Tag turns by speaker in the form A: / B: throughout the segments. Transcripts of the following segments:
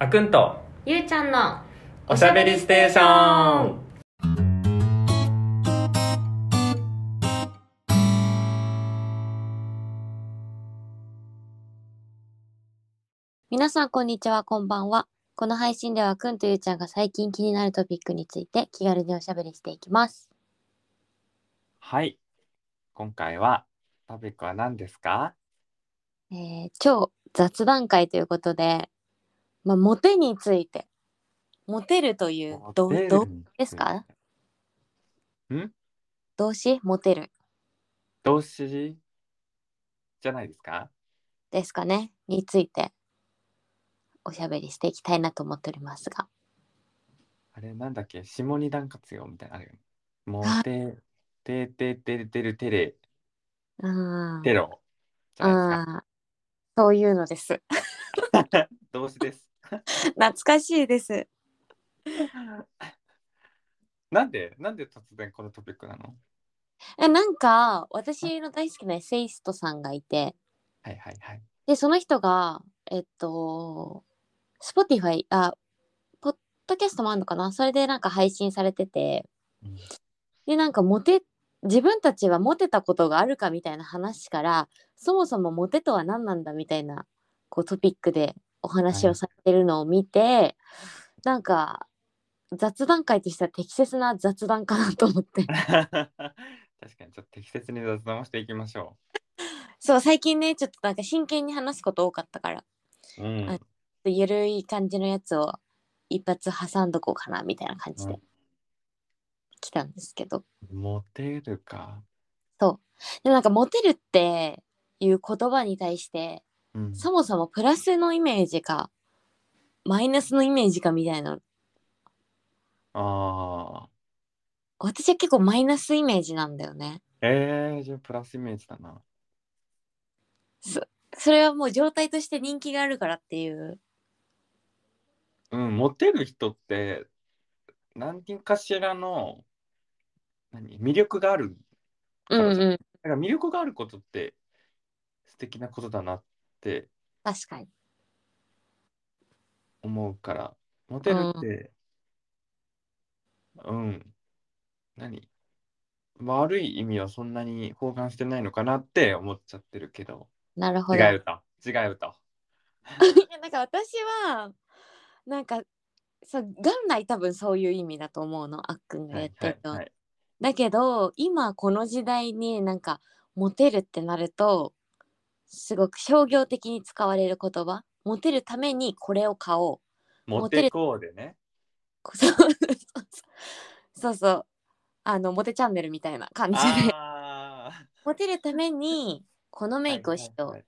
A: あくんと
B: ゆうちゃんの
A: おしゃべりステーション
B: 皆さんこんにちはこんばんはこの配信ではくんとゆうちゃんが最近気になるトピックについて気軽におしゃべりしていきます
A: はい今回はトピックは何ですか
B: えー超雑談会ということでまあモテについてモテるというど
A: モテる
B: どですか動詞モテる
A: 動詞じゃないですか
B: ですかねについておしゃべりしていきたいなと思っておりますが
A: あれなんだっけ下二段活用みたいなのあるよねモテテテテテルテレ
B: うん
A: テロじゃない
B: あーそういうのです
A: ですか動詞です
B: 懐かしいです
A: なんでなんで突然このトピックなの
B: えなんか私の大好きなエッセイストさんがいて
A: はいはいはい
B: でその人がえっと Spotify あポッドキャストもあるのかなそれでなんか配信されてて
A: うん
B: でなんかモテ自分たちはモテたことがあるかみたいな話からそもそもモテとは何なんだみたいなこうトピックでお話をされてるのを見て、なんか雑談会としては適切な雑談かなと思って
A: 確かにちょっと適切に雑談をしていきましょ
B: そう最近ねちょっとなんか真剣に話すこと多かったから
A: う。うん、
B: はいゆるい感じのやつを一発挟んどこうかなみたいな感じで来たんですけど、
A: モテるか。
B: でもなんかモテるっていう言葉に対して
A: うん、
B: そもそもプラスのイメージかマイナスのイメージかみたいな
A: ああ。
B: 私は結構マイナスイメージなんだよね
A: ええー、じゃあプラスイメージだな。
B: それはもう状態として人気があるからっていう
A: うん、モテる人って何人かしらの何魅力がある。
B: うんうん
A: だから魅力があることって素敵なことだなって
B: 確かに
A: 思うから、モテるって、うん、何悪い意味はそんなに包含してないのかなって思っちゃってるけど、
B: なるほ
A: 違
B: ど
A: うと、違うと。
B: い やなんか私はなんかそう元来多分そういう意味だと思うのあっくんが言ってると、
A: はいはい
B: だけど今この時代になんかモテるってなるとすごく商業的に使われる言葉モテるためにこれを買おう
A: モテこうでね。
B: こそうそうそうあのモテチャンネルみたいな感じで
A: ああ。
B: モテるためにこのメイクをしよう
A: はいはいはい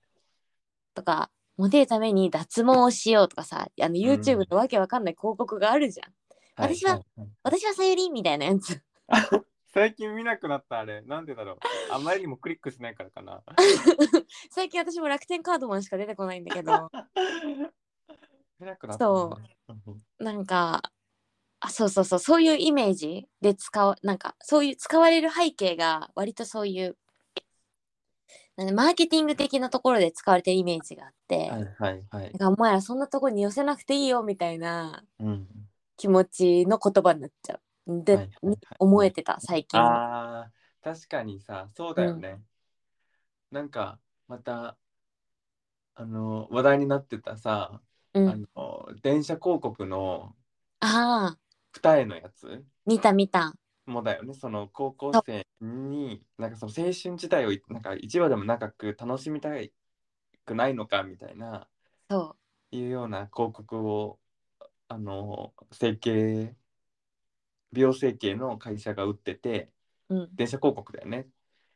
B: とか、モテるために脱毛をしようとかさあの YouTube のわけわかんない広告があるじゃん、
A: い
B: 私は
A: はいい
B: 私はさゆりみたいなやつ
A: 最近見なくなったあれ。なんでだろう。あまりにもクリックしないからか な。
B: 最近私も楽天カードマンしか出てこないんだけど
A: 見なくなった
B: そ
A: な。うん
B: なんかあそうそうそうそういうイメージで使わなんかそういう使われる背景が割とそういうなんでマーケティング的なところで使われてるイメージがあって、
A: はいはいはい
B: なん。かお前らそんなとこに寄せなくていいよみたいな
A: うん。
B: 気持ちの言葉になっちゃうで、
A: はいはいはい
B: 思えてた最近
A: ああ、確かにさ、そうだよね。なんか、また、あの、話題になってたさ、
B: う
A: あ
B: ん、
A: の、電車広告の
B: ああ
A: 二重のやつ。
B: 見た見た
A: もだよねその高校生になんかその青春時代をなんか一話でも長く楽しみたくないのかみたいな
B: そ
A: いうような広告をあの整形美容整形の会社が売ってて
B: う、うん、
A: 電車広告だよね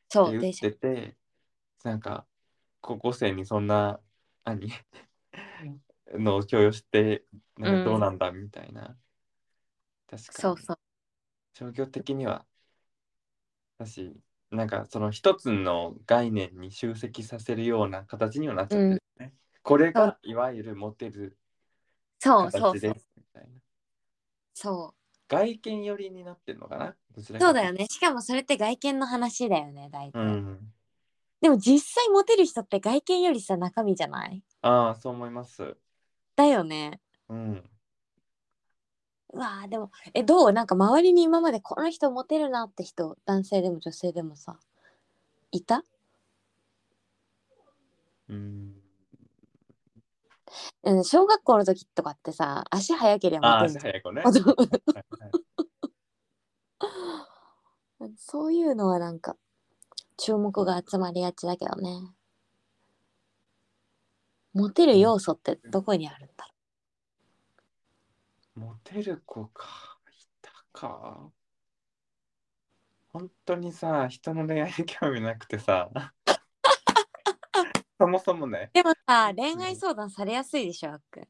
B: そ
A: で
B: う
A: 売
B: 電
A: っ
B: 車
A: ててなんか高校生にそんな何のを強要してなんかどうなんだみたいな、確かに
B: そうそう
A: 商業的にはだしなんかその一つの概念に集積させるような形にはなっちゃってるよね、これがいわゆるモテる
B: そうそう
A: 形
B: そう
A: ですみたいな
B: そ
A: 外見寄りになってるのかなどち
B: う
A: らか
B: そうだよねしかもそれって外見の話だよね大体、
A: うん
B: でも実際モテる人って外見よりさ中身じゃない
A: ああそう思います
B: だよね
A: うん。
B: うわーでもえどうなんか周りに今までこの人モテるなって人男性でも女性でもさいた
A: うん。
B: うん、小学校の時とかってさ足早ければ
A: ああ、
B: モテ
A: 足
B: る
A: 早い子ね。
B: あ
A: はい
B: そう
A: はい
B: そういうのはなんか注目が集まりがちだけどねモテる要素ってどこにあるんだろ
A: モテる子か。いたか。本当にさ、人の恋愛に興味なく てさ。そもそもね、
B: うでもさ恋愛相談されやすいでしょあっくん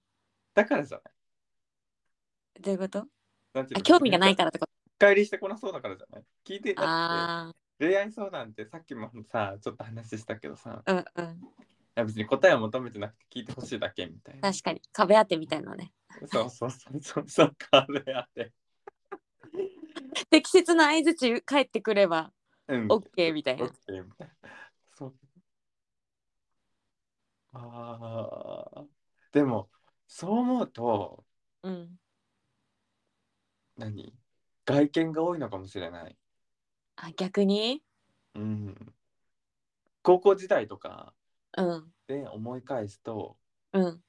A: だからじゃない。
B: どういうこと
A: なんていう
B: あ
A: の
B: 興味がないからってこと
A: 深入りしてこなそうだからじゃない。聞いてだって
B: あ
A: 恋愛相談ってさっきもさ、ちょっと話したけどさ、い
B: あうんうん
A: や別に答えを求めてなくて聞いてほしいだけみたいな。
B: 確かに壁当てみたいなね
A: そうそうそうそうそう、カレーあって。
B: 適切な相槌返ってくれば
A: うん。
B: OK みたいな
A: オッケーみたいな。そう。ああ。でも、そう思うと、
B: うん
A: 何外見が多いのかもしれない。
B: あ逆に
A: うん。高校時代とか
B: うん
A: で思い返すと、
B: うん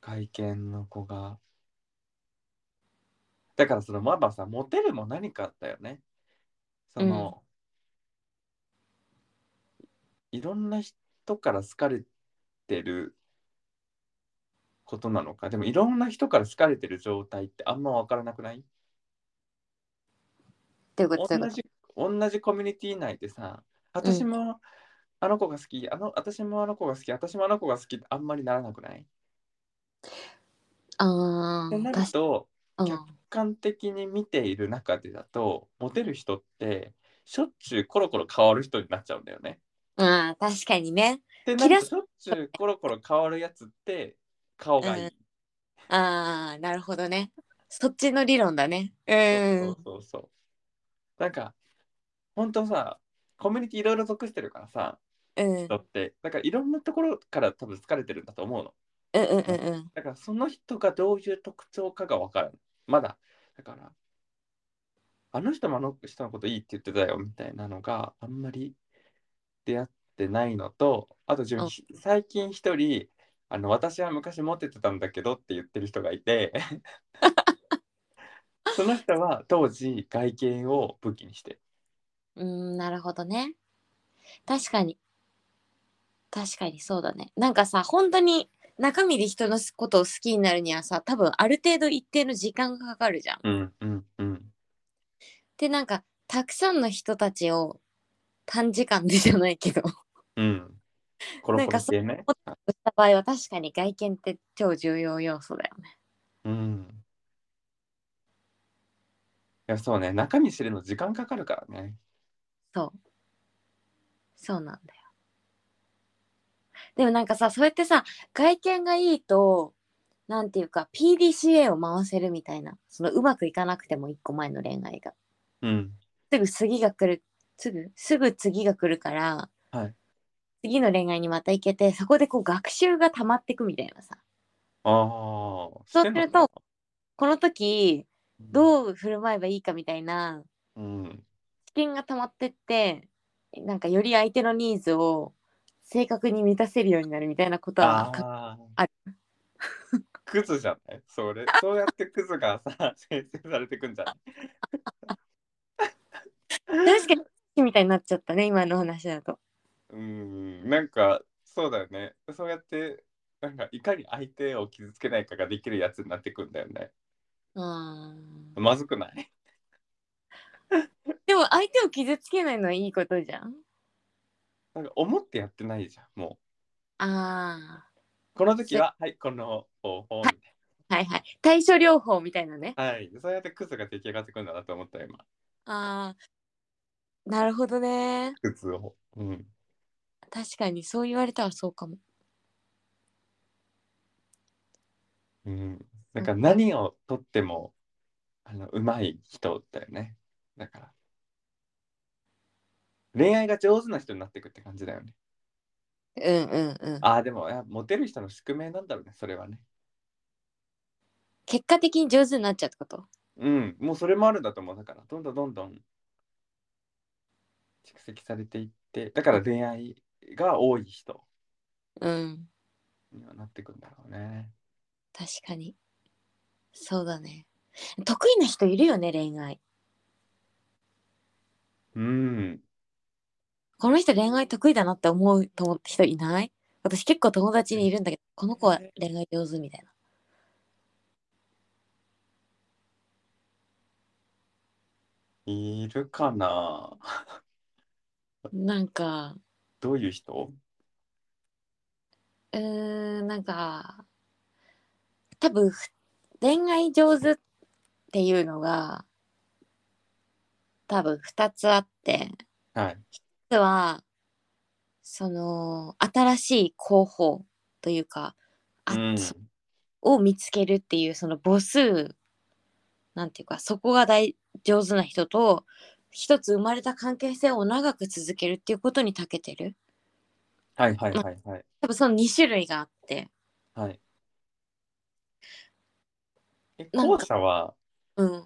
A: 外見の子が。だからそのママさ、モテるも何かだよね。その、いろんな人から好かれてることなのか。でもいろんな人から好かれてる状態ってあんま分からなくない
B: どういうことどういう
A: 同
B: こと
A: じ同じコミュニティ内でさ、私もあの子が好き、あの私もあの子が好き、私もあの子が好きってあんまりならなくない、
B: あ
A: ってな
B: あ
A: る
B: 確
A: と、
B: かに
A: 客観的に見ている中でだとモテる人ってしょっちゅうコロコロ変わる人になっちゃうんだよね。
B: うんあー確かにね
A: でなん
B: 切ら
A: かしょっちゅうコロコロ変わるやつって顔がいい。
B: ああなるほどねそっちの理論だねう
A: そうんそうそう。なんか本当さコミュニティいろいろ属してるからさ
B: うん
A: 人ってだからいろんなところから多分疲れてるんだと思うの。
B: うんうんうんうん
A: だからその人がどういう特徴かが分からない。まだだからあの人もあの人のこといいって言ってたよみたいなのがあんまり出会ってないのとあと自分
B: うん
A: ひ最近一人あの私は昔モテてたんだけどって言ってる人が いてその人は当時外見を武器にして
B: うんなるほどね確かに確かにそうだねなんかさ本当に中身で人のことを好きになるにはさ多分ある程度一定の時間がかかるじゃん。
A: うんうんうん
B: でなんかたくさんの人たちを短時間でじゃないけど し
A: うんコロコロ系ね
B: た場合は確かに外見って超重要要素だよね。
A: うんいやそうね中身知るの時間かかるからね
B: そう。そうなんだよ。でもなんかさ、それってさ、外見がいいと、なんていうか、PDCA を回せるみたいな、そのうまくいかなくても一個前の恋愛が。
A: うん
B: すぐ次が来る、すぐ、すぐ次が来るから、
A: はい
B: 次の恋愛にまた行けて、そこでこう学習が溜まってくみたいなさ。
A: ああ
B: そうするとこの時、
A: う、
B: どう振る舞えばいいかみたいな、
A: うん、
B: 知見が溜まってってなんかより相手のニーズを正確に満たせるようになるみたいなことはか
A: あ
B: あ
A: あクズじゃないそれそうやってクズがさ生成されてくんじゃない
B: 確かにみたいになっちゃったね今の話だと。
A: うんなんかそうだよねそうやってなんかいかに相手を傷つけないかができるやつになってくんだよね
B: うん
A: まずくない
B: でも相手を傷つけないのはいいことじゃん。
A: なんか思ってやってないじゃんも
B: あ
A: うこの時ははいこの方法みたい
B: あはいはい対処療法みたいなね。
A: なはいそうやってクズが出来上がってくんだなと思った今
B: ああなるほどね
A: クズをうん
B: 確かにそう言われたらそうかも。
A: うん、なんか何をとっても、あの、うまい人だよね。だから。恋愛が上手な人になっていくって感じだよね。
B: うんうんうん。
A: ああ、でも、いやモテる人の宿命なんだろうね、それはね。
B: 結果的に上手になっちゃうってこと
A: うん、もうそれもあるんだと思う。だから、どんどんどんどん蓄積されていって、だから恋愛が多い人
B: うん
A: にはなってくんだろうね。
B: 確かにそうだね得意な人いるよね恋愛
A: うん。
B: この人恋愛得意だなって思うと思った人いない私結構友達にいるんだけどこの子は恋愛上手みたいな
A: いるかな
B: なんか
A: どういう人
B: うーんなんか多分ふ恋愛上手っていうのが多分2つあって
A: はい。
B: 実はその新しい広報というかあ
A: うん。
B: そを見つけるっていうその母数なんていうかそこが大上手な人と一つ生まれた関係性を長く続けるっていうことに長けてる
A: はいはいはいはい。
B: 多分その2種類があって
A: はい。え、
B: なんか
A: 後者は、
B: うん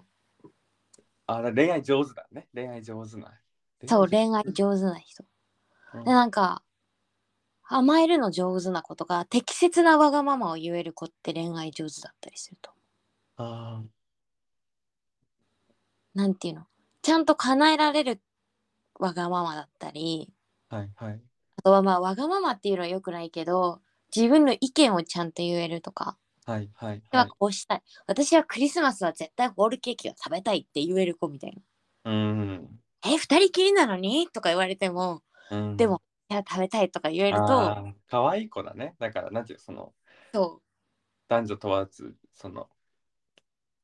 A: あら、恋愛上手だね。恋愛上手な。
B: そう恋愛上手な人
A: うん
B: でなんか甘えるの上手な子とか適切なわがままを言える子って恋愛上手だったりすると
A: あ
B: なんていうのちゃんと叶えられるわがままだったり
A: ーはいはい。
B: あとはまあわがままっていうのは良くないけど自分の意見をちゃんと言えるとか
A: はいはい
B: 私は
A: はい。
B: こうしたい、私はクリスマスは絶対ホールケーキが食べたいって言える子みたいな
A: うん。
B: 「え二人きりなのに?」とか言われても
A: うん
B: でも「いや食べたい」とか言えると
A: あー可愛い子だねだからなんていうのその
B: そ
A: 男女問わずその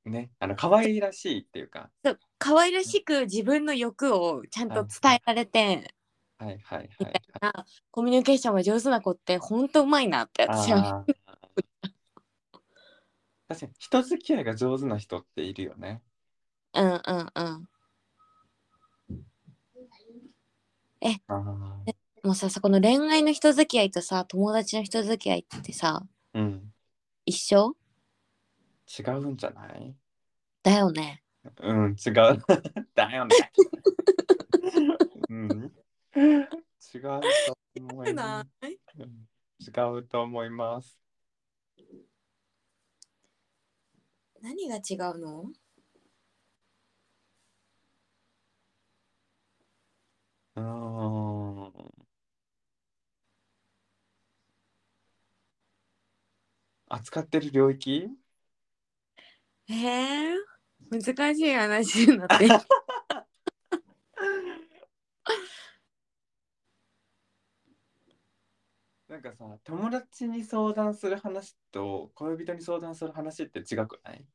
A: ねあの可愛らしいっていうか
B: うそう可愛らしく自分の欲をちゃんと伝えられて
A: はいはいはい、はい、
B: あコミュニケーションが上手な子ってほんとうまいなって私は
A: あー確かに人付き合いが上手な人っているよね
B: うんうんうん
A: あー
B: もうさそこの恋愛の人付き合いとさ友達の人付き合いってさ
A: うん
B: 一緒
A: 違うんじゃない
B: だよね
A: うん違う だよねうん違うと思います
B: い
A: うん違うと思います
B: 何が違うの
A: うーん扱ってる領域
B: へえ難しい話になってる
A: なんかさ友達に相談する話と恋人に相談する話って違くない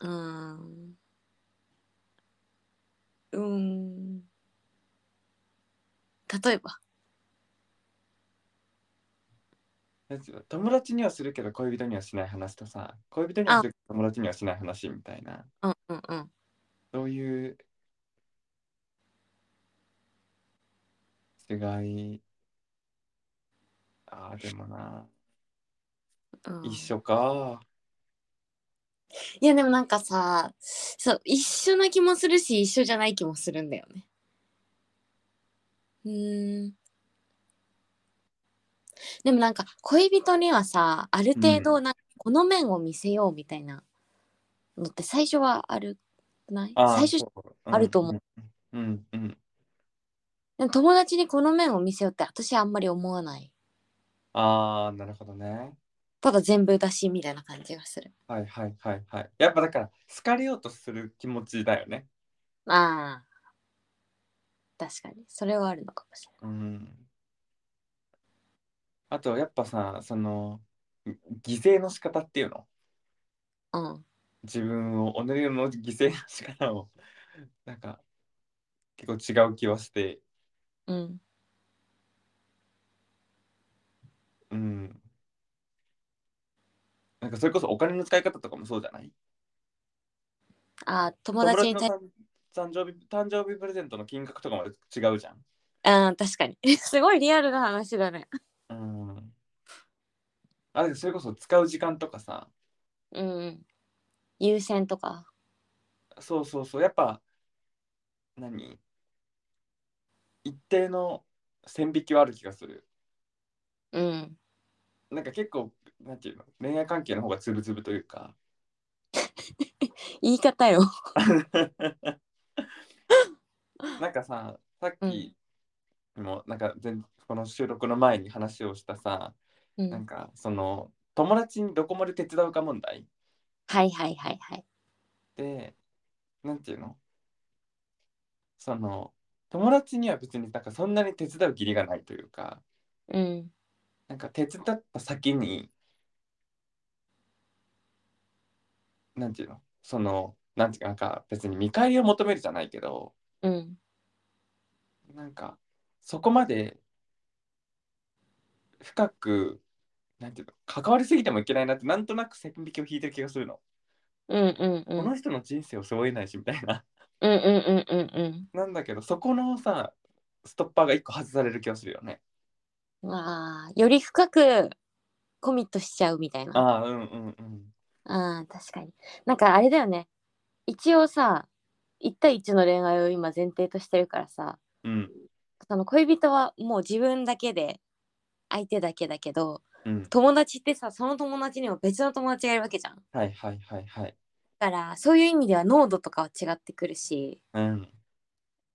B: うんうん例えば
A: なんていうの友達にはするけど恋人にはしない話とさ恋人にはするけど友達にはしない話みたいな
B: うんうんうん
A: そういう違いあーでもな
B: うん
A: 一緒か
B: いやでもなんかさそう一緒な気もするし一緒じゃない気もするんだよねうんでもなんか恋人にはさある程度なんかこの面を見せようみたいなのって最初はあるくない
A: あー
B: 最初
A: そう
B: あると思
A: ううんうん、うん、
B: でも友達にこの面を見せようって私はあんまり思わない
A: ああなるほどね
B: ただ全部出しみたいな感じがする
A: はいはいはいはいやっぱだから好かれようとする気持ちだよね
B: ああ確かにそれはあるのかもしれ
A: うんあとやっぱさそのぎ犠牲の仕方っていうの
B: ないうん
A: 自分を己の犠牲の仕方を なんか結構違う気はして
B: うん
A: うんなんかそれこそお金の使い方とかもそうじゃない
B: ああ友達に
A: 友
B: 対
A: 達の誕生日誕生日プレゼントの金額とかまで違うじゃん
B: ああ確かにすごいリアルな話だね
A: うんあ、だからそれこそ使う時間とかさ、
B: うん。優先とか。
A: そうそうそう、やっぱ、何一定の線引きはある気がする。
B: うん。
A: なんか結構、なんていうの、恋愛関係の方がつぶつぶというか、
B: 言い方よ。
A: なんかさ、さっ
B: うん
A: きも、なんか全、この収録の前に話をしたさ、
B: う
A: なん
B: ん。
A: か、その、友達にどこまで手伝うか問題
B: はいはいはいはい。
A: で、なんていうのその、友達には別になんかそんなに手伝う義理がないというか、
B: うん。
A: なんか手伝った先に、なんていうのその、なんていうか、なんか別に見返りを求めるじゃないけど、
B: うん。
A: なんかそこまで深くなんていうの関わりすぎてもいけないなってなんとなく線引きを引いてる気がするの、
B: うんうんうん。う
A: こ
B: ん
A: の人の人生を背負えないしみたいな
B: うんうんうん
A: なんだけどそこのさストッパーが一個外される気がするよね
B: うん。ああ、より深くコミットしちゃうみたいな。
A: ああうんうんうん
B: ああ、確かに。なんかあれだよね。一応さ、1対1の恋愛を今前提としてるからさ、
A: うん
B: その恋人はもう自分だけで、相手だけだけど、
A: うん
B: 友達ってさ、その友達にも別の友達がいるわけじゃん。だ
A: はいはいはいはい
B: から、そういう意味では濃度とかは違ってくるし、
A: うん
B: っ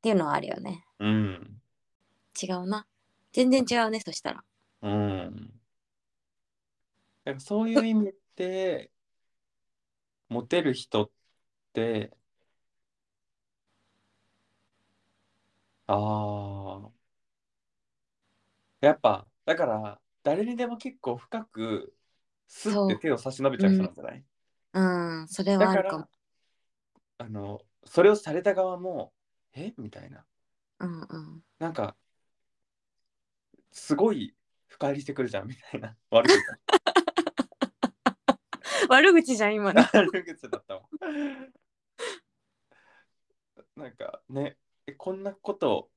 B: ていうのはあるよね。
A: うん
B: 違うな。全然違うね、そしたら。
A: うんだからそういう意味でモテる人ってああやっぱだから誰にでも結構深くスッて手を差し伸べちゃう人なんじゃない、
B: うん、それ
A: だ
B: はあ
A: か
B: るからも。
A: あのそれをされた側もえみたいな
B: うんうん。
A: なんかすごい深入りしてくるじゃんみたいな悪い
B: 悪口じゃん、今の。
A: 悪口だったわ。なんかね、えこんなこと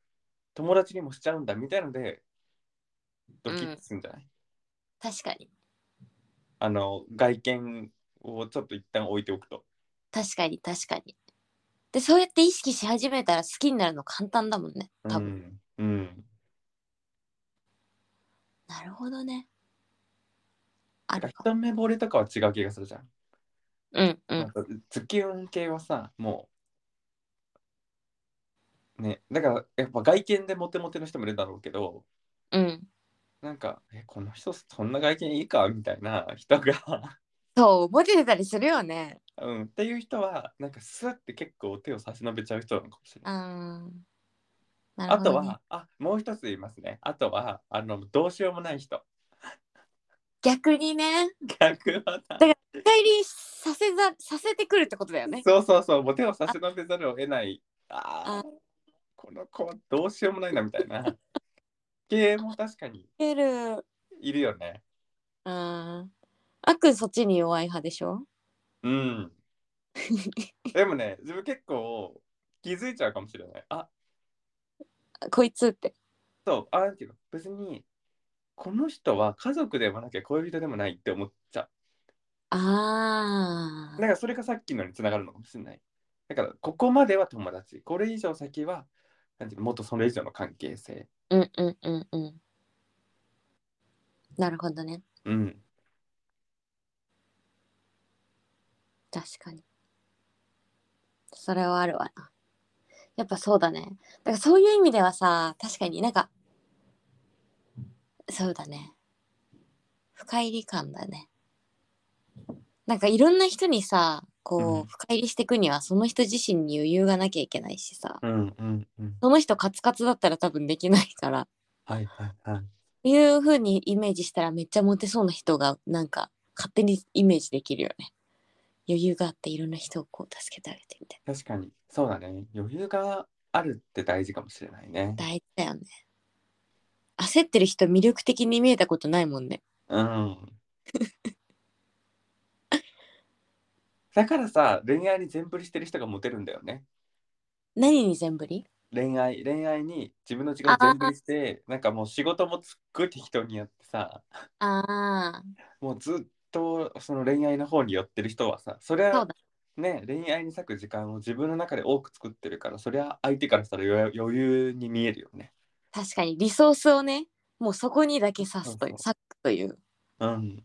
A: 友達にもしちゃうんだみたいので、ドキッとするんじゃない、
B: 確かに。
A: あの、外見をちょっと一旦置いておくと。
B: 確かに、確かに。で、そうやって意識し始めたら好きになるの簡単だもんね。多分。
A: うん。うん。
B: なるほどね。
A: な
B: あ
A: んか
B: るか。
A: 一目惚れとかは違う気がするじゃん。
B: うんう
A: なん
B: ん。
A: かズキュン系はさ、もう、ね、だからやっぱ外見でモテモテの人もいるだろうけど、
B: うん。
A: なんか、え、この人そんな外見いいかみたいな人が。
B: そう、モテてたりするよね。
A: うん、っていう人はなんかスッて結構手を差し伸べちゃう人なのかもし
B: う
A: れない。
B: ん。なる
A: あ
B: ほ
A: と
B: ど、ね。
A: はあもう一つ言いますね。あとはあのどうしようもない 人。
B: 逆にね、
A: 逆はな
B: だ帰りさせざ、させてくるってことだよね。
A: そうそうそうもう手を差し伸べざるを得ない。ああ
B: あ
A: この子はどうしようもないなみた いな。系も確かに
B: いける。
A: いるよね。
B: うん。あくんそっちに弱い派でしょ
A: うん。でもね自分結構気づいちゃうかもしれない。あ
B: こいつって。
A: そうあなんていうの別にこの人は家族でもなきゃ恋人でもないって思っちゃう。
B: あ
A: だからそれがさっきのにつながるのかもしれない。だからここまでは友達、これ以上先はなんていうのもっとそれ以上の関係性。
B: あ。うんうんうんうん。なるほどね。
A: うん。
B: 確かに。それはあるわな。やっぱそうだね。だからそういう意味ではさ、確かになんか、そうだね。深入り感だね。なんかいろんな人にさ、
A: う
B: こ
A: ん
B: う、深入りしていくには、その人自身に余裕がなきゃいけないしさ、
A: うんうんうん。
B: その人カツカツだったら多分できないから、
A: はいはいはい。
B: いう風にイメージしたらめっちゃモテそうな人が、なんか、勝手にイメージできるよね。余裕があっていろんな人をこう助けてあげてみたいな。
A: 確かに。そうだね。余裕があるって大事かもしれないね。
B: 大事だよね。焦ってる人魅力的に見えたことないもんね。
A: うん。だからさ、恋愛に全振りしてる人がモテるんだよね。
B: 何に全振り
A: 恋愛恋愛に自分の時間を全振りしてなんかもう仕事もすっごい適当にやってさ
B: ああ、
A: もうずっとその恋愛の方に寄ってる人はさそり
B: そ
A: ゃ
B: うだ
A: ね恋愛に割く時間を自分の中で多く作ってるからそりゃ相手からしたら余裕余裕に見えるよね。
B: 確かにリソースをね、もうそこにだけ刺すという、
A: そ
B: 割くという。
A: うん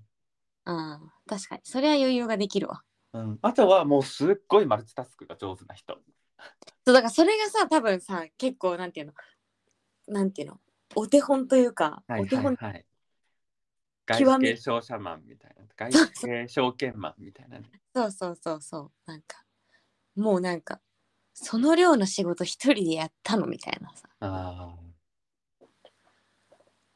B: ああ、確かに。それは余裕ができるわ。
A: うん、あとはもうすっごいマルチタスクが上手な人。
B: そうだからそれがさ、多分さ、結構なんていうの、なんていうの、お手本というか、お手本
A: い。
B: 極
A: 外
B: み
A: 資系商社マンみたいな。外資系証券マンみたいなね。
B: そうそうそうそうなんかもうなんかその量の仕事一人でやったのみたいなさ
A: あ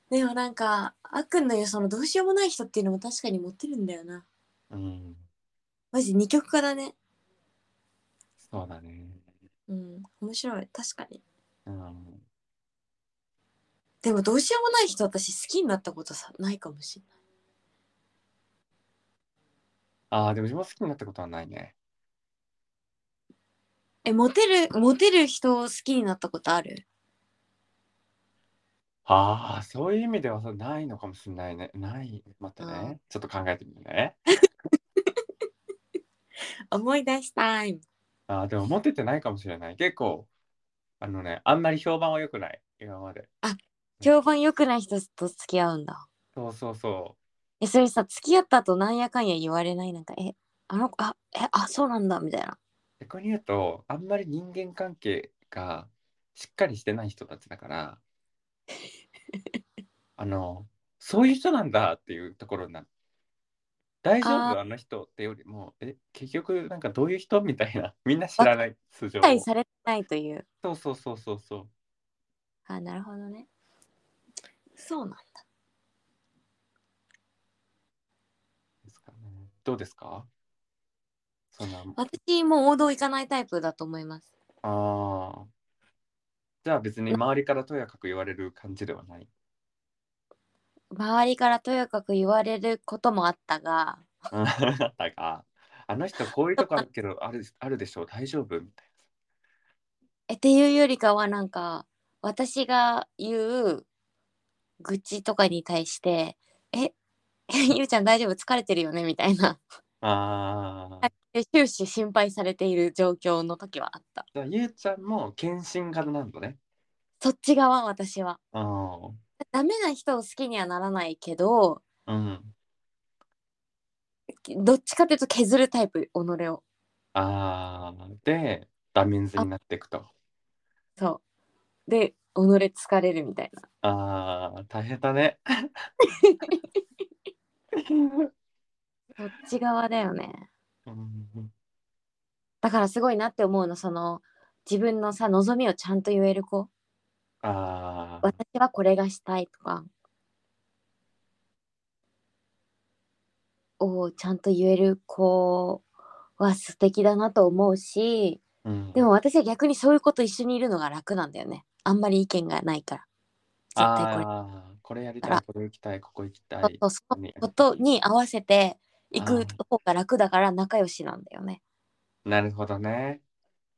B: でもなんかあっくんの言うそのどうしようもない人っていうのも確かに持ってるんだよな
A: あ、うん、
B: マジ二極化だね
A: そうだね。
B: うん面白い確かに
A: うん、
B: でもどうしようもない人私好きになったことさないかもしれない
A: ああ、でも自分は好きになったことはないね。
B: えモテるモテる人を好きになったことある
A: ああ、そういう意味ではそうないのかもしれないね。ない。待って
B: う
A: ね。ちょっと考えてみるね。
B: 思い出したい
A: ああ、でもモテてないかもしれない。結構、あのね、あんまり評判は良くない。今まで。
B: 評判良くない人と付き合うんだ
A: そうそうそ
B: えそれさ付き合った後なんやかんや言われないなんかえあのあえあそうなんだみたいな
A: う。逆に言うと、あんまり人間関係がしっかりしてない人たちだから、あの、そういう人なんだっていうところになる。大丈
B: あ
A: 夫あの人ってよりも、え、結局なんかどういう人みたいな。みんな知らない素性
B: 理
A: を。
B: 解されてないという
A: そうそうそうそうそう。
B: あなるほどねそうなんだ
A: ですかね。どうですかそんな、
B: 私も王道行かないタイプだと思います
A: ああ。じゃあ別に周りからとやかく言われる感じではない。
B: 周りからとやかく言われることもあったが
A: うんだから、あの人こういうとこあるけど、あ るあるでしょう、大丈夫みたい
B: えっていうよりかはなんか私が言う愚痴とかに対して「え ゆうちゃん大丈夫疲れてるよね」みたいな
A: な。ああ。
B: で終始心配されている状況の時はあった
A: じゃあ、ゆうちゃんも献身型なんだね。
B: そっち側私は
A: ああ。
B: ダメな人を好きにはならないけど
A: うん。
B: どっちかというと削るタイプ己を
A: ああ。で、ダメンズになっていくと。
B: そうで己疲れるみたいな
A: ああ、大変 だね。
B: そっち側だよね
A: うん
B: だからすごいなって思うのその自分のさ望みをちゃんと言える子
A: ああ。
B: 私はこれがしたいとかをちゃんと言える子は素敵だなと思うし
A: うん
B: でも私は逆にそういう子と一緒にいるのが楽なんだよねあんまり意見がないから絶対これ
A: ああ、これやり
B: か
A: た
B: ら
A: い、これ行きたい、ここ行きた
B: そう
A: い。
B: そうそ
A: ね
B: のことに合わせてい
A: あ
B: く
A: ー
B: 方が楽だから仲良しなんだよね
A: なるほどね。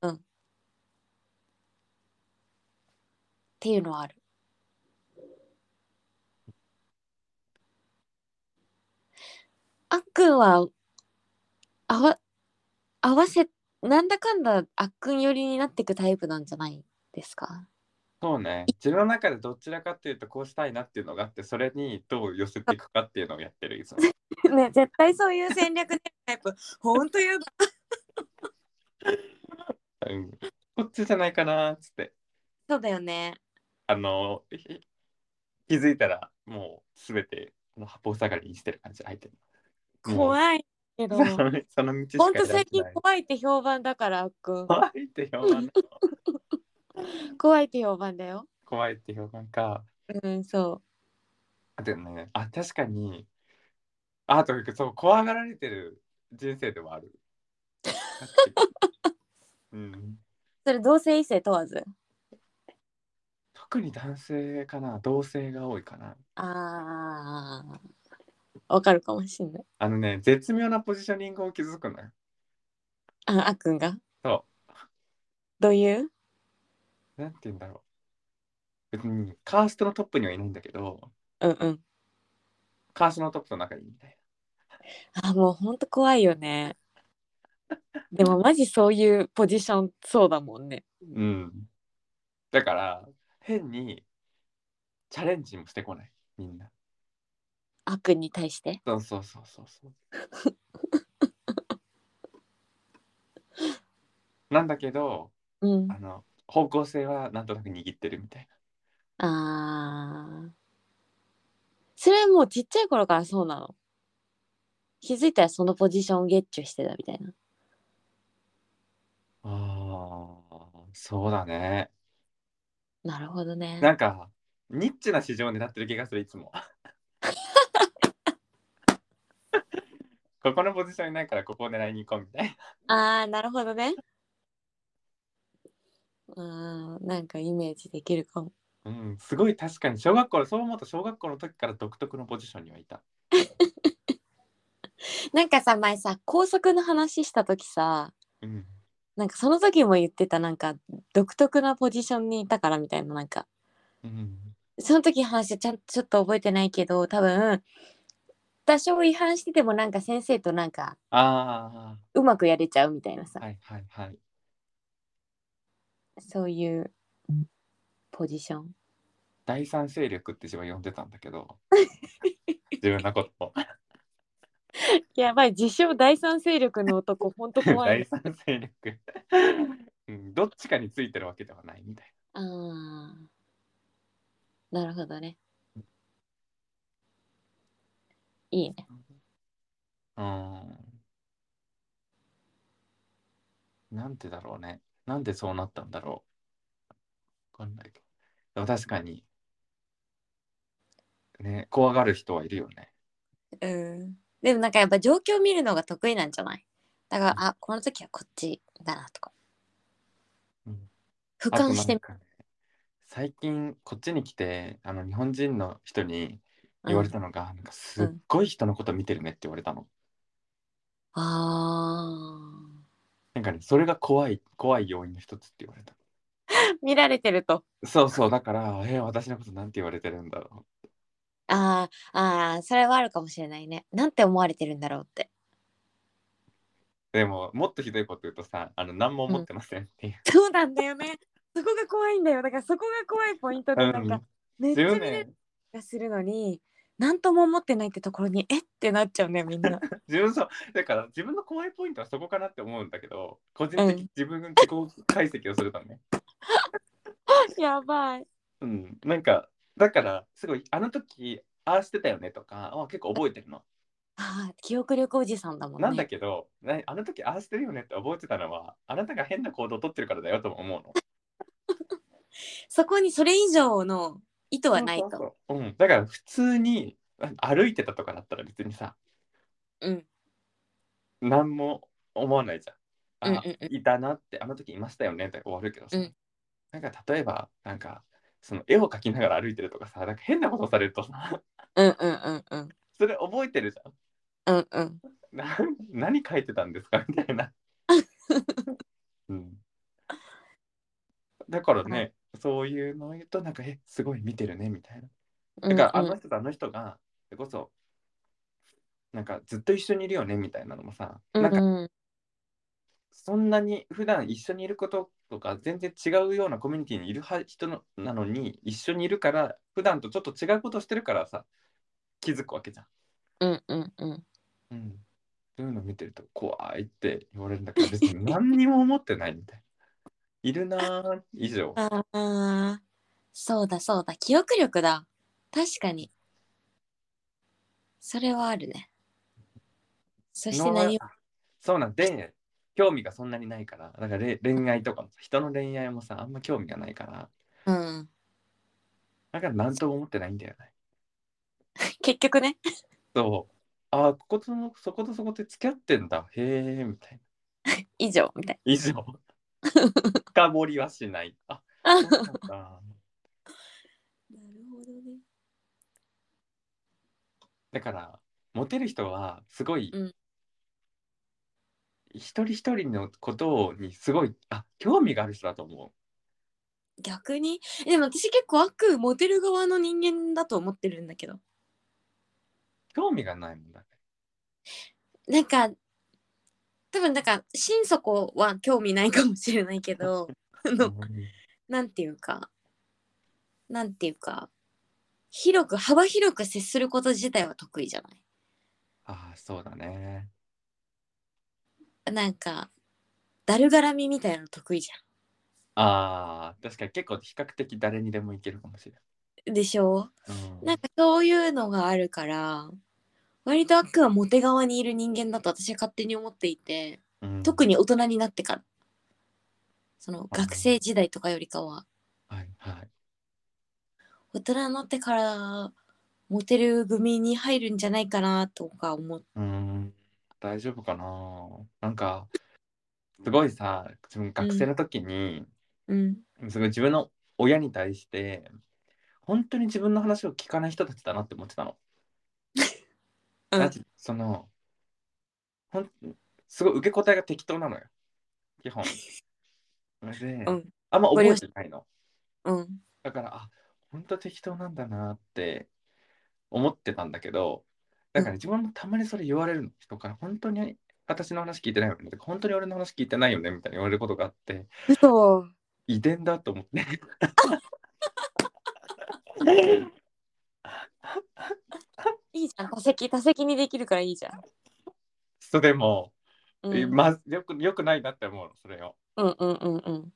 B: っていうのはあるあっくんはあわ合わせなんだかんだあっくん寄りになっていくタイプなんじゃないですか
A: そうね。自分の中でどちらかというとこうしたいなっていうのがあって、それにどう寄せていくかっていうのをやって る。いつも
B: ね絶対そういう戦略でタイプほんとやだ
A: うん、こっちじゃないかなーっつって。
B: そうだよね
A: あのー、ひ気づいたらもうすべてあの八方下がりにしてる感じ、相手もう
B: 怖いけど
A: その その道し
B: ほん
A: か
B: と
A: 選
B: 最
A: べ
B: 近
A: ない。
B: 怖いって評判だからあっくん
A: 怖いって評判だ
B: 怖いって評判だよ
A: 怖いって評判か。
B: うんそ
A: でもね、あ、確かに、あ、というか、そう、怖がられてる人生ではある。うん、
B: うそれ同性異性問わず
A: 特に男性かな、同性が多いかな。
B: あーわかるかもしんない
A: あのね、絶妙なポジショニングを築くのよ。
B: ああっくんが
A: そ
B: どういう
A: なんて言うんだろう。別に、カーストのトップにはいないんだけど、
B: うんうん。
A: カーストのトップの中にみたい
B: あ、もうほんと怖いよね。でもマジそういうポジションそうだもんね。
A: な。うん。だから、変にチャレンジもしてこない、みんな。
B: 悪に対して。
A: そうそうそうそう そう。なんだけど、
B: うん。
A: あの、方向性はなんとなく握ってるみたい
B: あー。それはもうちっちゃい頃からそうなの。気づいたらそのポジションをゲッチュしてたみたいな。
A: な。ああ、そうだね。
B: なるほどね。
A: なんか、ニッチな市場を狙ってる気がする、いつ も。ここのポジションにないから、ここを狙いに行こうみたいな。
B: ああ、なるほどね。あーなんかイメージできるかも。
A: うん、すごい確かに、小学校、そう思うと小学校の時から独特のポジションにはいた。
B: なんかさ前さ校則の話した時さ
A: うん。
B: なんかその時も言ってたなんか独特なポジションにいたからみたいななんか
A: うん。
B: その時話はちゃんちょっと覚えてないけど多分多少違反しててもなんか先生となんか
A: あ
B: うまくやれちゃうみたいなさ
A: あ、はいはいはい。
B: そういうポジション
A: 第三勢力って自分は呼んでたんだけど、 自分のことを。
B: やばい自称第三勢力の男ほんと怖 い
A: 第三勢力、うん。どっちかについてるわけではないみたい
B: あーなるほどねいいね
A: な。うん。なんてだろうね。なんでそうなったんだろう。わかんないけど。でも確かに、ね、怖がる人はいるよね。
B: うんでもなんかやっぱ状況を見るのが得意なんじゃないだから、あこの時はこっちだなとか、
A: うん
B: 俯
A: あと
B: 瞰して
A: なんかね最近、こっちに来て、あの、日本人の人に言われたのが、なんかすっごい人のこと見てるねって言われたの。
B: うんあ
A: なんかね、それが怖い、怖い要因の一つって言われた。
B: ー見られてると
A: そうそう、だから、えー私のことなんて言われてるんだろ
B: あーあーそれはあるかもしれないねなんて思われてるんだろうって
A: う。でも、もっとひどいこと言うとさ、あの、何も思ってませんっていう。
B: そうなんだよねそこが怖いんだよだからそこが怖いポイントでなんか、めっち
A: 自
B: ゃ見ら
A: 分
B: れる
A: ね、
B: 気がするのに何とも思ってないってところにえってなっちゃうねみん な
A: 自分そう、だから自分の怖いポイントはそこかなって思うんだけど、個人
B: うん
A: 的、自分の自己解析をするとね。
B: やばい
A: うん、なんか、だから、すごい、あの時、ああしてたよねとか、あ結構覚えてるの。
B: あー記憶力おじさんだもんね
A: なんだけど、なあの時ああしてるよねって覚えてたのは、あなたが変な行動を取ってるからだよとも思うの。
B: そこにそれ以上の意図はない
A: そう
B: と。
A: そうそううん、だから普通に歩いてたとかだったら別にさ
B: うん。
A: 何も思わないじゃん。あ、
B: うんうんう
A: いたなってあの時いましたよねって終わるけどさ、
B: うん
A: なんか例えばなんかその絵を描きながら歩いてるとかさなんか変なことされるとさ
B: うんうんうんうん。
A: それ覚えてるじゃん。
B: うんうん。
A: な何描いてたんです かみたいな。うん、だからね、
B: は
A: そういうのを言うとなんかえすごい見てるねみたいな。
B: うんう
A: だ
B: ん
A: からあの人とあの人がそれこそなんかずっと一緒にいるよねみたいなのもさ、なんか
B: うんうん
A: そんなに普段一緒にいることとか全然違うようなコミュニティにいるは人のなのに一緒にいるから普段とちょっと違うことしてるからさ気づくわけじゃん。
B: うんうんうん。
A: うん、そういうの見てると怖いって言われるんだけど別に何にも思ってないみたいな。いるなー以上。
B: ああ。そうだそうだ。記憶力だ。確かに。それはあるね。そして何も。
A: そうなんで興味がそんなにないからだかられ恋愛とかもさ人の恋愛もさあんま興味がないか
B: う
A: ら
B: ん。
A: だから何とも思ってないんだよね。
B: 結局ね。
A: そうあーこことのそことそこで付き合ってんだへえみたいな
B: 以上みたい
A: 以上深掘りはしないあ
B: な。
A: そうなん
B: な
A: だ
B: るほどね。
A: だからモテる人はすごい、
B: うん
A: 一人一人のことにすごいあ興味がある人だと思
B: 逆にえでも私結構悪モテる側の人間だと思ってるんだけど
A: 興味がないもんだね。
B: なんか多分なんか心底は興味ないかもしれないけどあのなんていうかなんていうか広く幅広く接すること自体は得意じゃない
A: ああ、そうだね。
B: なんかだるがらみみたいなの得意じ
A: ああ、確かに結構比較的誰にでもいけるかもしれ
B: ゃんでしょ
A: ない。うん
B: なんかそういうのがあるから割と悪はモテ側にいる人間だと私は勝手に思っていて
A: うん
B: 特に大人になってからその
A: あ
B: 学生時代とかよりかは
A: はいはい。
B: 大人になってからモテる組に入るんじゃないかなとか思って
A: うーん、大丈夫かな。なんか、すごいさ、自分学生の時に、
B: うん
A: すごい自分の親に対して、本当に自分の話を聞かない人たちだなって思ってたの。
B: うん
A: なんてそのほんすごい受け答えが適当なのよ基本で、
B: うん
A: あんま覚えてないの
B: うん
A: だからあ本当適当なんだなって思ってたんだけどだから、
B: うん
A: 自分もたまにそれ言われるの人から本当に私の話聞いてないよねとか本当に俺の話聞いてないよねみたいに言われることがあって
B: 嘘
A: 遺伝だと思って
B: いいじゃん多席多席にできるからいいじゃん、
A: それも、
B: うん、
A: えまずよくよくないなって思うのそれを。
B: うんうんうんうん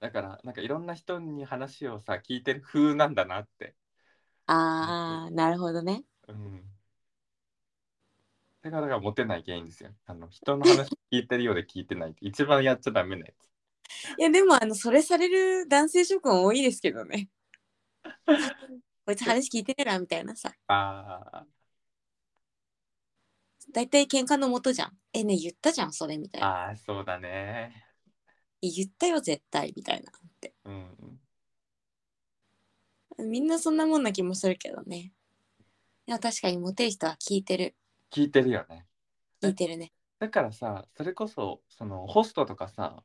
A: だからなんかいろんな人に話をさ聞いてる風なんだなって、
B: あーなるほどね
A: うん、だからだからモテない原因ですよあの人の話聞いてるようで聞いてないって一番やっちゃダメなやつ
B: いやでもあのそれされる男性諸君多いですけど ねこいつ話聞いてねえなみたいなさ
A: あ
B: 大体喧嘩のもとじゃんえねえ言ったじゃんそれみたい
A: ー
B: な
A: あーそうだね
B: 言ったよ絶対みたいな
A: うん
B: みんなそんなもんな気もするけどねいや確かにモテる人は聞いてる
A: 聞いてるよね
B: 聞いてるね
A: だからさそれこそそのホストとかさ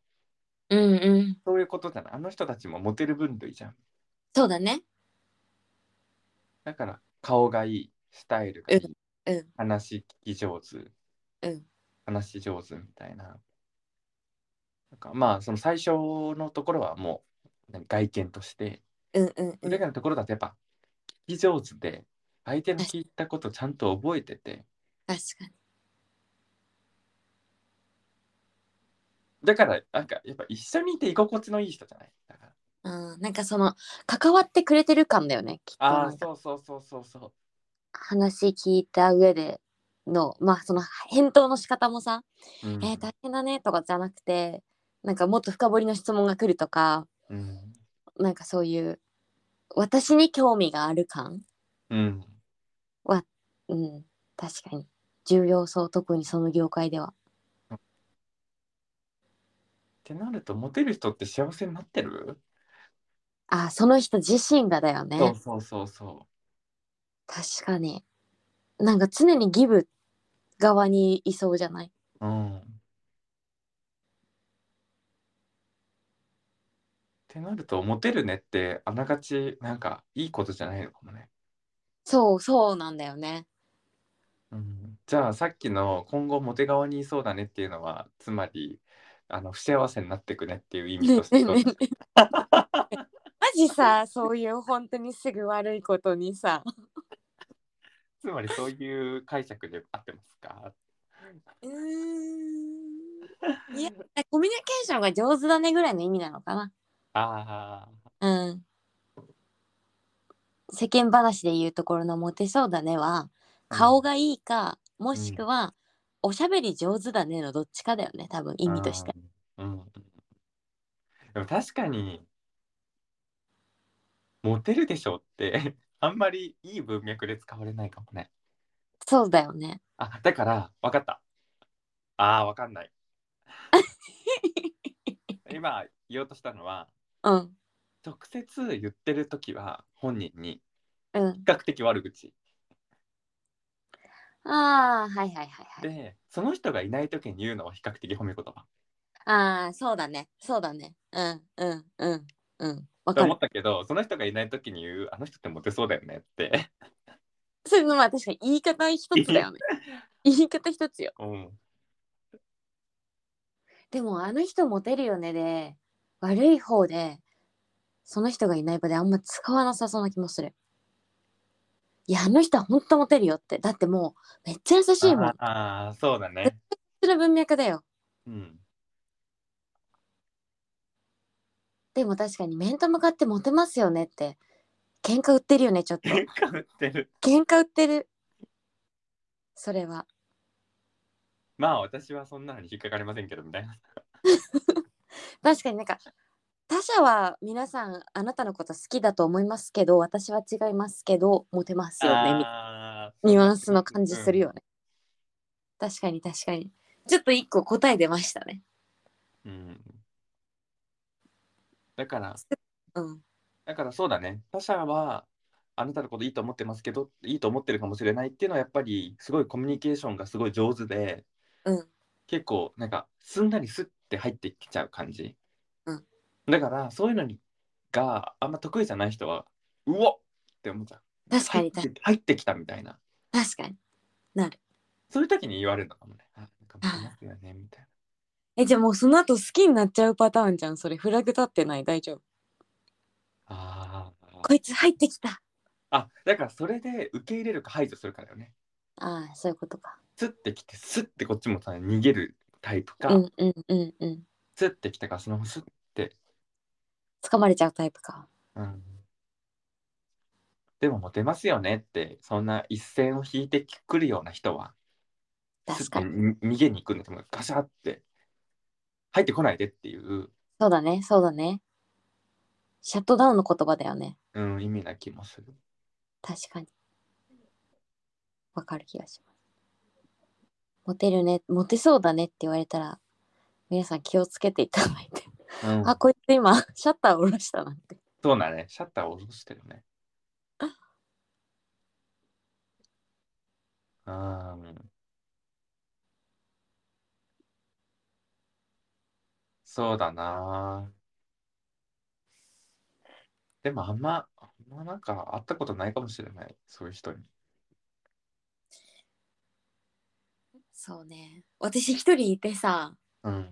B: うんうん
A: そういうことじゃないあの人たちもモテる分類じゃん
B: そうだね
A: だから顔がいいスタイルがいい、
B: うんうん
A: 話聞き上手、
B: うん
A: 話し上手みたいななんかまあその最初のところはもう何外見として
B: うんうんう
A: それ
B: ん
A: 以外のところだとやっぱ聞き上手で相手の聞いたことちゃんと覚えてて
B: 確かに
A: だからなんかやっぱ一緒にいて居心地のいい人じゃないだから
B: うんなんかその関わってくれてる感だよねきっと
A: あ
B: な
A: あ
B: んか
A: そうそうそうそうそう
B: 話聞いた上でのまあその返答の仕方もさ
A: うん
B: えー大変だねとかじゃなくてなんかもっと深掘りの質問が来るとか
A: うん
B: なんかそういう私に興味がある感
A: うん
B: うん確かに重要そう特にその業界では
A: ってなるとモテる人って幸せになってる、
B: あその人自身がだよね
A: そうそうそうそ
B: 確かになんか常にギブ側にいそうじゃないう
A: うんってなるとモテるねってあながちなんかいいことじゃないのかもね
B: そうそうなんだよね
A: うんじゃあさっきの今後モテ側にいそうだねっていうのはつまりあの不幸せになっていくねっていう意味として
B: ねねねマジさそういう本当にすぐ悪いことにさ
A: つまりそういう解釈で合ってますか
B: うーんいやコミュニケーションが上手だねぐらいの意味なのかな
A: ああ
B: うん世間話で言うところのモテそうだねは顔がいいか、もしくはおしゃべり上手だねのどっちかだよね多分意味として、
A: うんうんでも確かにモテるでしょって あんまりいい文脈で使われないかもね
B: そうだよね
A: あだから分かったああ分かんない 今言おうとしたのは
B: うん
A: 直接言ってる時は本人に
B: うん
A: 比較的悪口
B: ああはいはいはいはい
A: でその人がいない時に言うのは比較的褒め言葉
B: ああそうだねそうだねうんうんうんうんわ
A: と
B: か
A: 思
B: る
A: っ。たけど、その人がいない時に言う、あの人ってモテそうだよね って。
B: それのまあ確かに言い方一つだよね。言い方一つよ。
A: うん。
B: でもあの人モテるよねで悪い方でその人がいない場であんま使わなさそうな気もする。いやあの人は本当モテるよってだってもうめっちゃ優しいもん。
A: ああー、そうだね。
B: その文脈だよ。
A: うん。
B: でも確かに面と向かってモテますよねって喧嘩売ってるよねちょっと。
A: 喧嘩売ってる。
B: 喧嘩売ってる。それは。
A: まあ私はそんなのに引っかかりませんけどみたいな。
B: 確かになんか他者は皆さんあなたのこと好きだと思いますけど私は違いますけどモテますよねみたい
A: あ
B: なニュアンスの感じするよね、確かに確かにちょっと一個答え出ましたね
A: ーうん。だから、
B: うん
A: だからそうだね。他者はあなたのこといいと思ってますけど、いいと思ってるかもしれないっていうのはやっぱりすごいコミュニケーションがすごい上手で、
B: うん
A: 結構なんかすんなりスッて入ってきちゃう感じ、
B: うん
A: だからそういうのにがあんま得意じゃない人はうおっって思っちゃう
B: 確かに
A: 入
B: 確
A: って入ってきたみたいな
B: 確かに
A: そういう時に言われるのかもねあなんか見てますよねみたいな
B: えじゃあもうその後好きになっちゃうパターンじゃんそれフラグ立ってない大丈夫
A: あー
B: こいつ入ってきた
A: あだからそれで受け入れるか排除するかだよね
B: ああそういうことか
A: スッてきてスッてこっちもさ逃げるタイプか、
B: うんうんうんうん
A: スッてきたからそのままスッ、
B: 掴まれちゃうタイプか
A: うん、でもモテますよねってそんな一線を引いてくるような人は
B: 確かに
A: に逃げに行くんだと思うガシャって入ってこないでっていう、
B: そうだねそうだねシャットダウンの言葉だよね
A: うん、意味な気もする
B: 確かに。わかる気がします。モテるね、モテそうだねって言われたら、皆さん気をつけていただいて。
A: うん
B: あ、こいつ今、シャッターを下ろしたなんて。
A: そうだねシャッターを下ろしてるねうんそうだなでもあんまあんまなんか会ったことないかもしれないそういう人に
B: そうね。私一人いてさ、
A: うん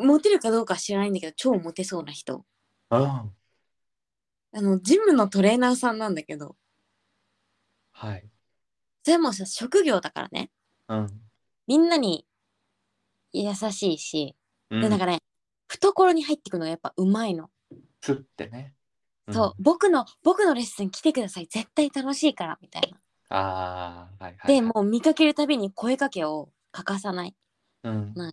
B: モテるかどうか知らないんだけど、超モテそうな人。
A: あ
B: あの、ジムのトレーナーさんなんだけど、
A: はい
B: それもさ、職業だからね。
A: うん
B: みんなに優しいし、
A: う
B: で、なん
A: ん
B: かね、懐に入ってくのがやっぱうまいの。
A: つってねん
B: そう、僕の、僕のレッスン来てください。絶対楽しいから、みたいな。
A: ああ、はいはい、はい。
B: でもう見かけるたびに声かけを欠かさない
A: うん、
B: な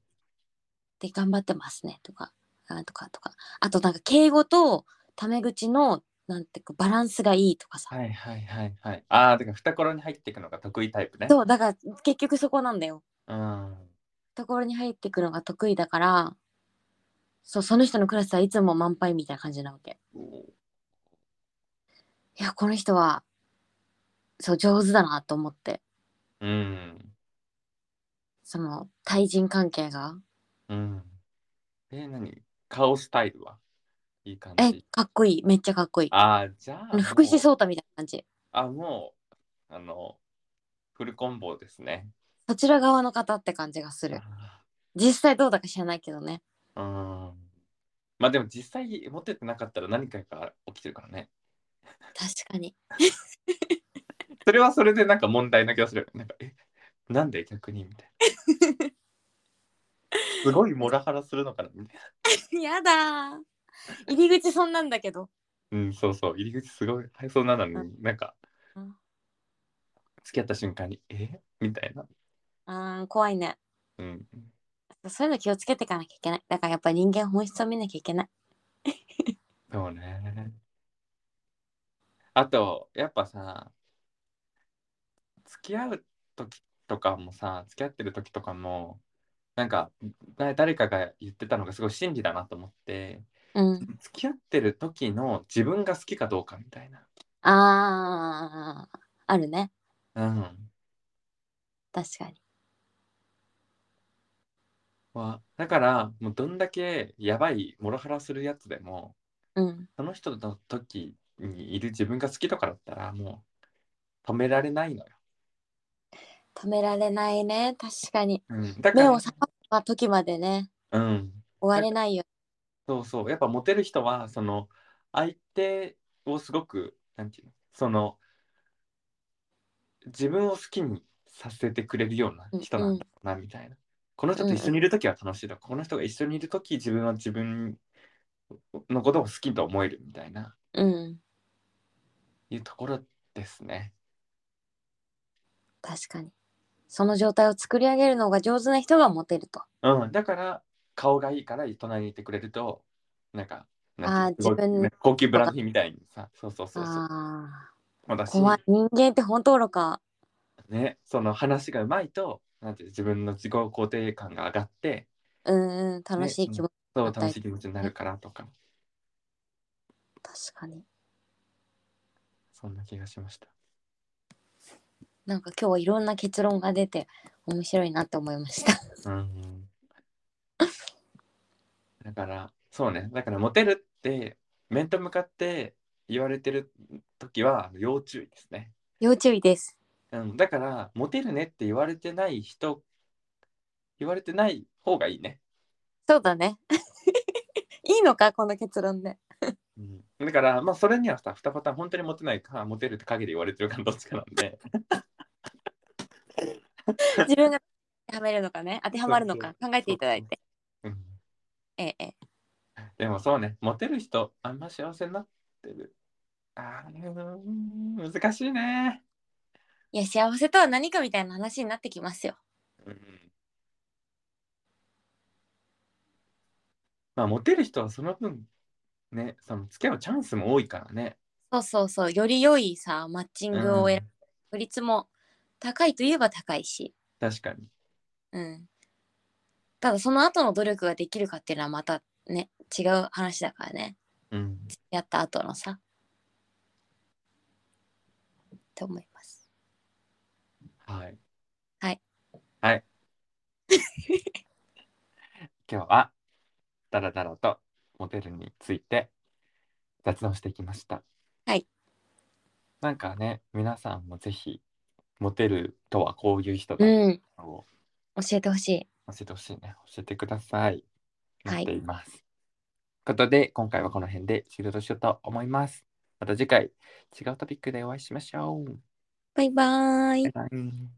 B: で頑張ってますねとかなんとかとかあとなんか敬語とタメ口のなんていうかバランスがいいとかさ、
A: はいはいはいはい。ああ、だから懐に入っていくのが得意タイプね。
B: そうだから結局そこなんだよ
A: うん。
B: ところに入ってくのが得意だからそうその人のクラスはいつも満杯みたいな感じなわけいやこの人はそう上手だなと思って
A: うん。
B: その対人関係が
A: うん。え、何顔スタイルはいい感
B: え
A: じ。
B: かっこいいめっちゃかっこいい
A: ああ、じゃ
B: あ
A: あ
B: の。福士
A: う。
B: 蒼汰みたいな感じ
A: あ、もう、あの、フルコンボですね。
B: そちら側の方って感じがする
A: あ
B: 実際どうだか知らないけどね
A: ーうん。まあでも実際モテてなかったら何かが起きてるからね。
B: 確かに
A: それはそれでなんか問題な気がする。なんか、え、なんで逆にみたい な。すごいモラハラするのかなみた い
B: やだー入り口そんなんだけど
A: な。うん、そうそう。入り口すごいはいそうなのに、なんか
B: うん、
A: 付き合った瞬間に、えみたいな。
B: あー怖いね
A: うん。
B: そういうの気をつけていかなきゃいけないだからやっぱ人間本質を見なきゃいけない
A: そうね。あと、やっぱさ、付き合う時とかもさ、付き合ってる時とかも、なんか、だ誰かが言ってたのがすごい真理だなと思って、
B: うん
A: 付き合ってる時の自分が好きかどうかみたいな。
B: あーあるね
A: うん。
B: 確かに
A: はだからもうどんだけやばいモラハラするやつでも
B: うん
A: その人の時にいる自分が好きとかだったらもう止められないのよ。
B: 止められないね確かに
A: うん、だか
B: 目
A: ら
B: を、覚また時までね
A: うん、
B: 終われないよ
A: そうそうやっぱモテる人はその相手をすごくなんていうのその自分を好きにさせてくれるような人なんだろうなみたいな、この人と一緒にいる時は楽しいとか、この人が一緒にいる時自分は自分のことを好きと思えるみたいな
B: うん
A: いうところですね。
B: 確かにその状態を作り上げるのが上手な人がモテると
A: うん、だから顔がいいから隣にいてくれるとなんかなんてい
B: あー自
A: うの
B: 分
A: ね高級ブランド品みたいにさそうそうそうそう
B: ああ
A: 私
B: 怖い人間って本当愚か
A: ね、その話がうまいとなんていう自分の自己肯定感が上がって
B: うんうん楽しい気持ち、
A: そう
B: また
A: 楽しい気持ちになるからとか
B: 確かに
A: そんな気がしました。
B: なんか今日はいろんな結論が出て面白いなって思いました
A: うん、だからそうねだからモテるって面と向かって言われてる時は要注意ですね。
B: 要注意です
A: うん、だからモテるねって言われてない人言われてない方がいいね。
B: そうだね いいのかこの結論 で
A: うん、だからまあそれにはさ2パターン本当にモテないかモテるって陰で言われてるかどっちかなんで。
B: 自分が当てはめるのかね当てはまるのか考えていただいて
A: うん
B: ええええ
A: でもそうね、モテる人、あんま幸せになってる。あーうーん難しいね。
B: いや幸せとは何かみたいな話になってきますよ
A: うんまあ、モテる人はその分、ね、その付き合うチャンスも多いからね。
B: そうそうそうより良いさマッチングを選ぶ
A: う
B: 確
A: ん
B: 率も高いといえば高いし
A: 確かに。
B: うんただその後の努力ができるかっていうのはまたね違う話だからね
A: うん、
B: やった後のさって思います
A: はい。
B: はい。
A: はい。今日は、だらだらとモデルについて雑談をしてきました。
B: はい。
A: なんかね、皆さんもぜひ、モテるとはこういう人だ
B: うん
A: を
B: 教えてほしい
A: 教えてほしいね。教えてください。
B: はい
A: 待っています。ということで、今回はこの辺で終了しようと思います。また次回、違うトピックでお会いしましょう。
B: バイバーイ
A: バイバイ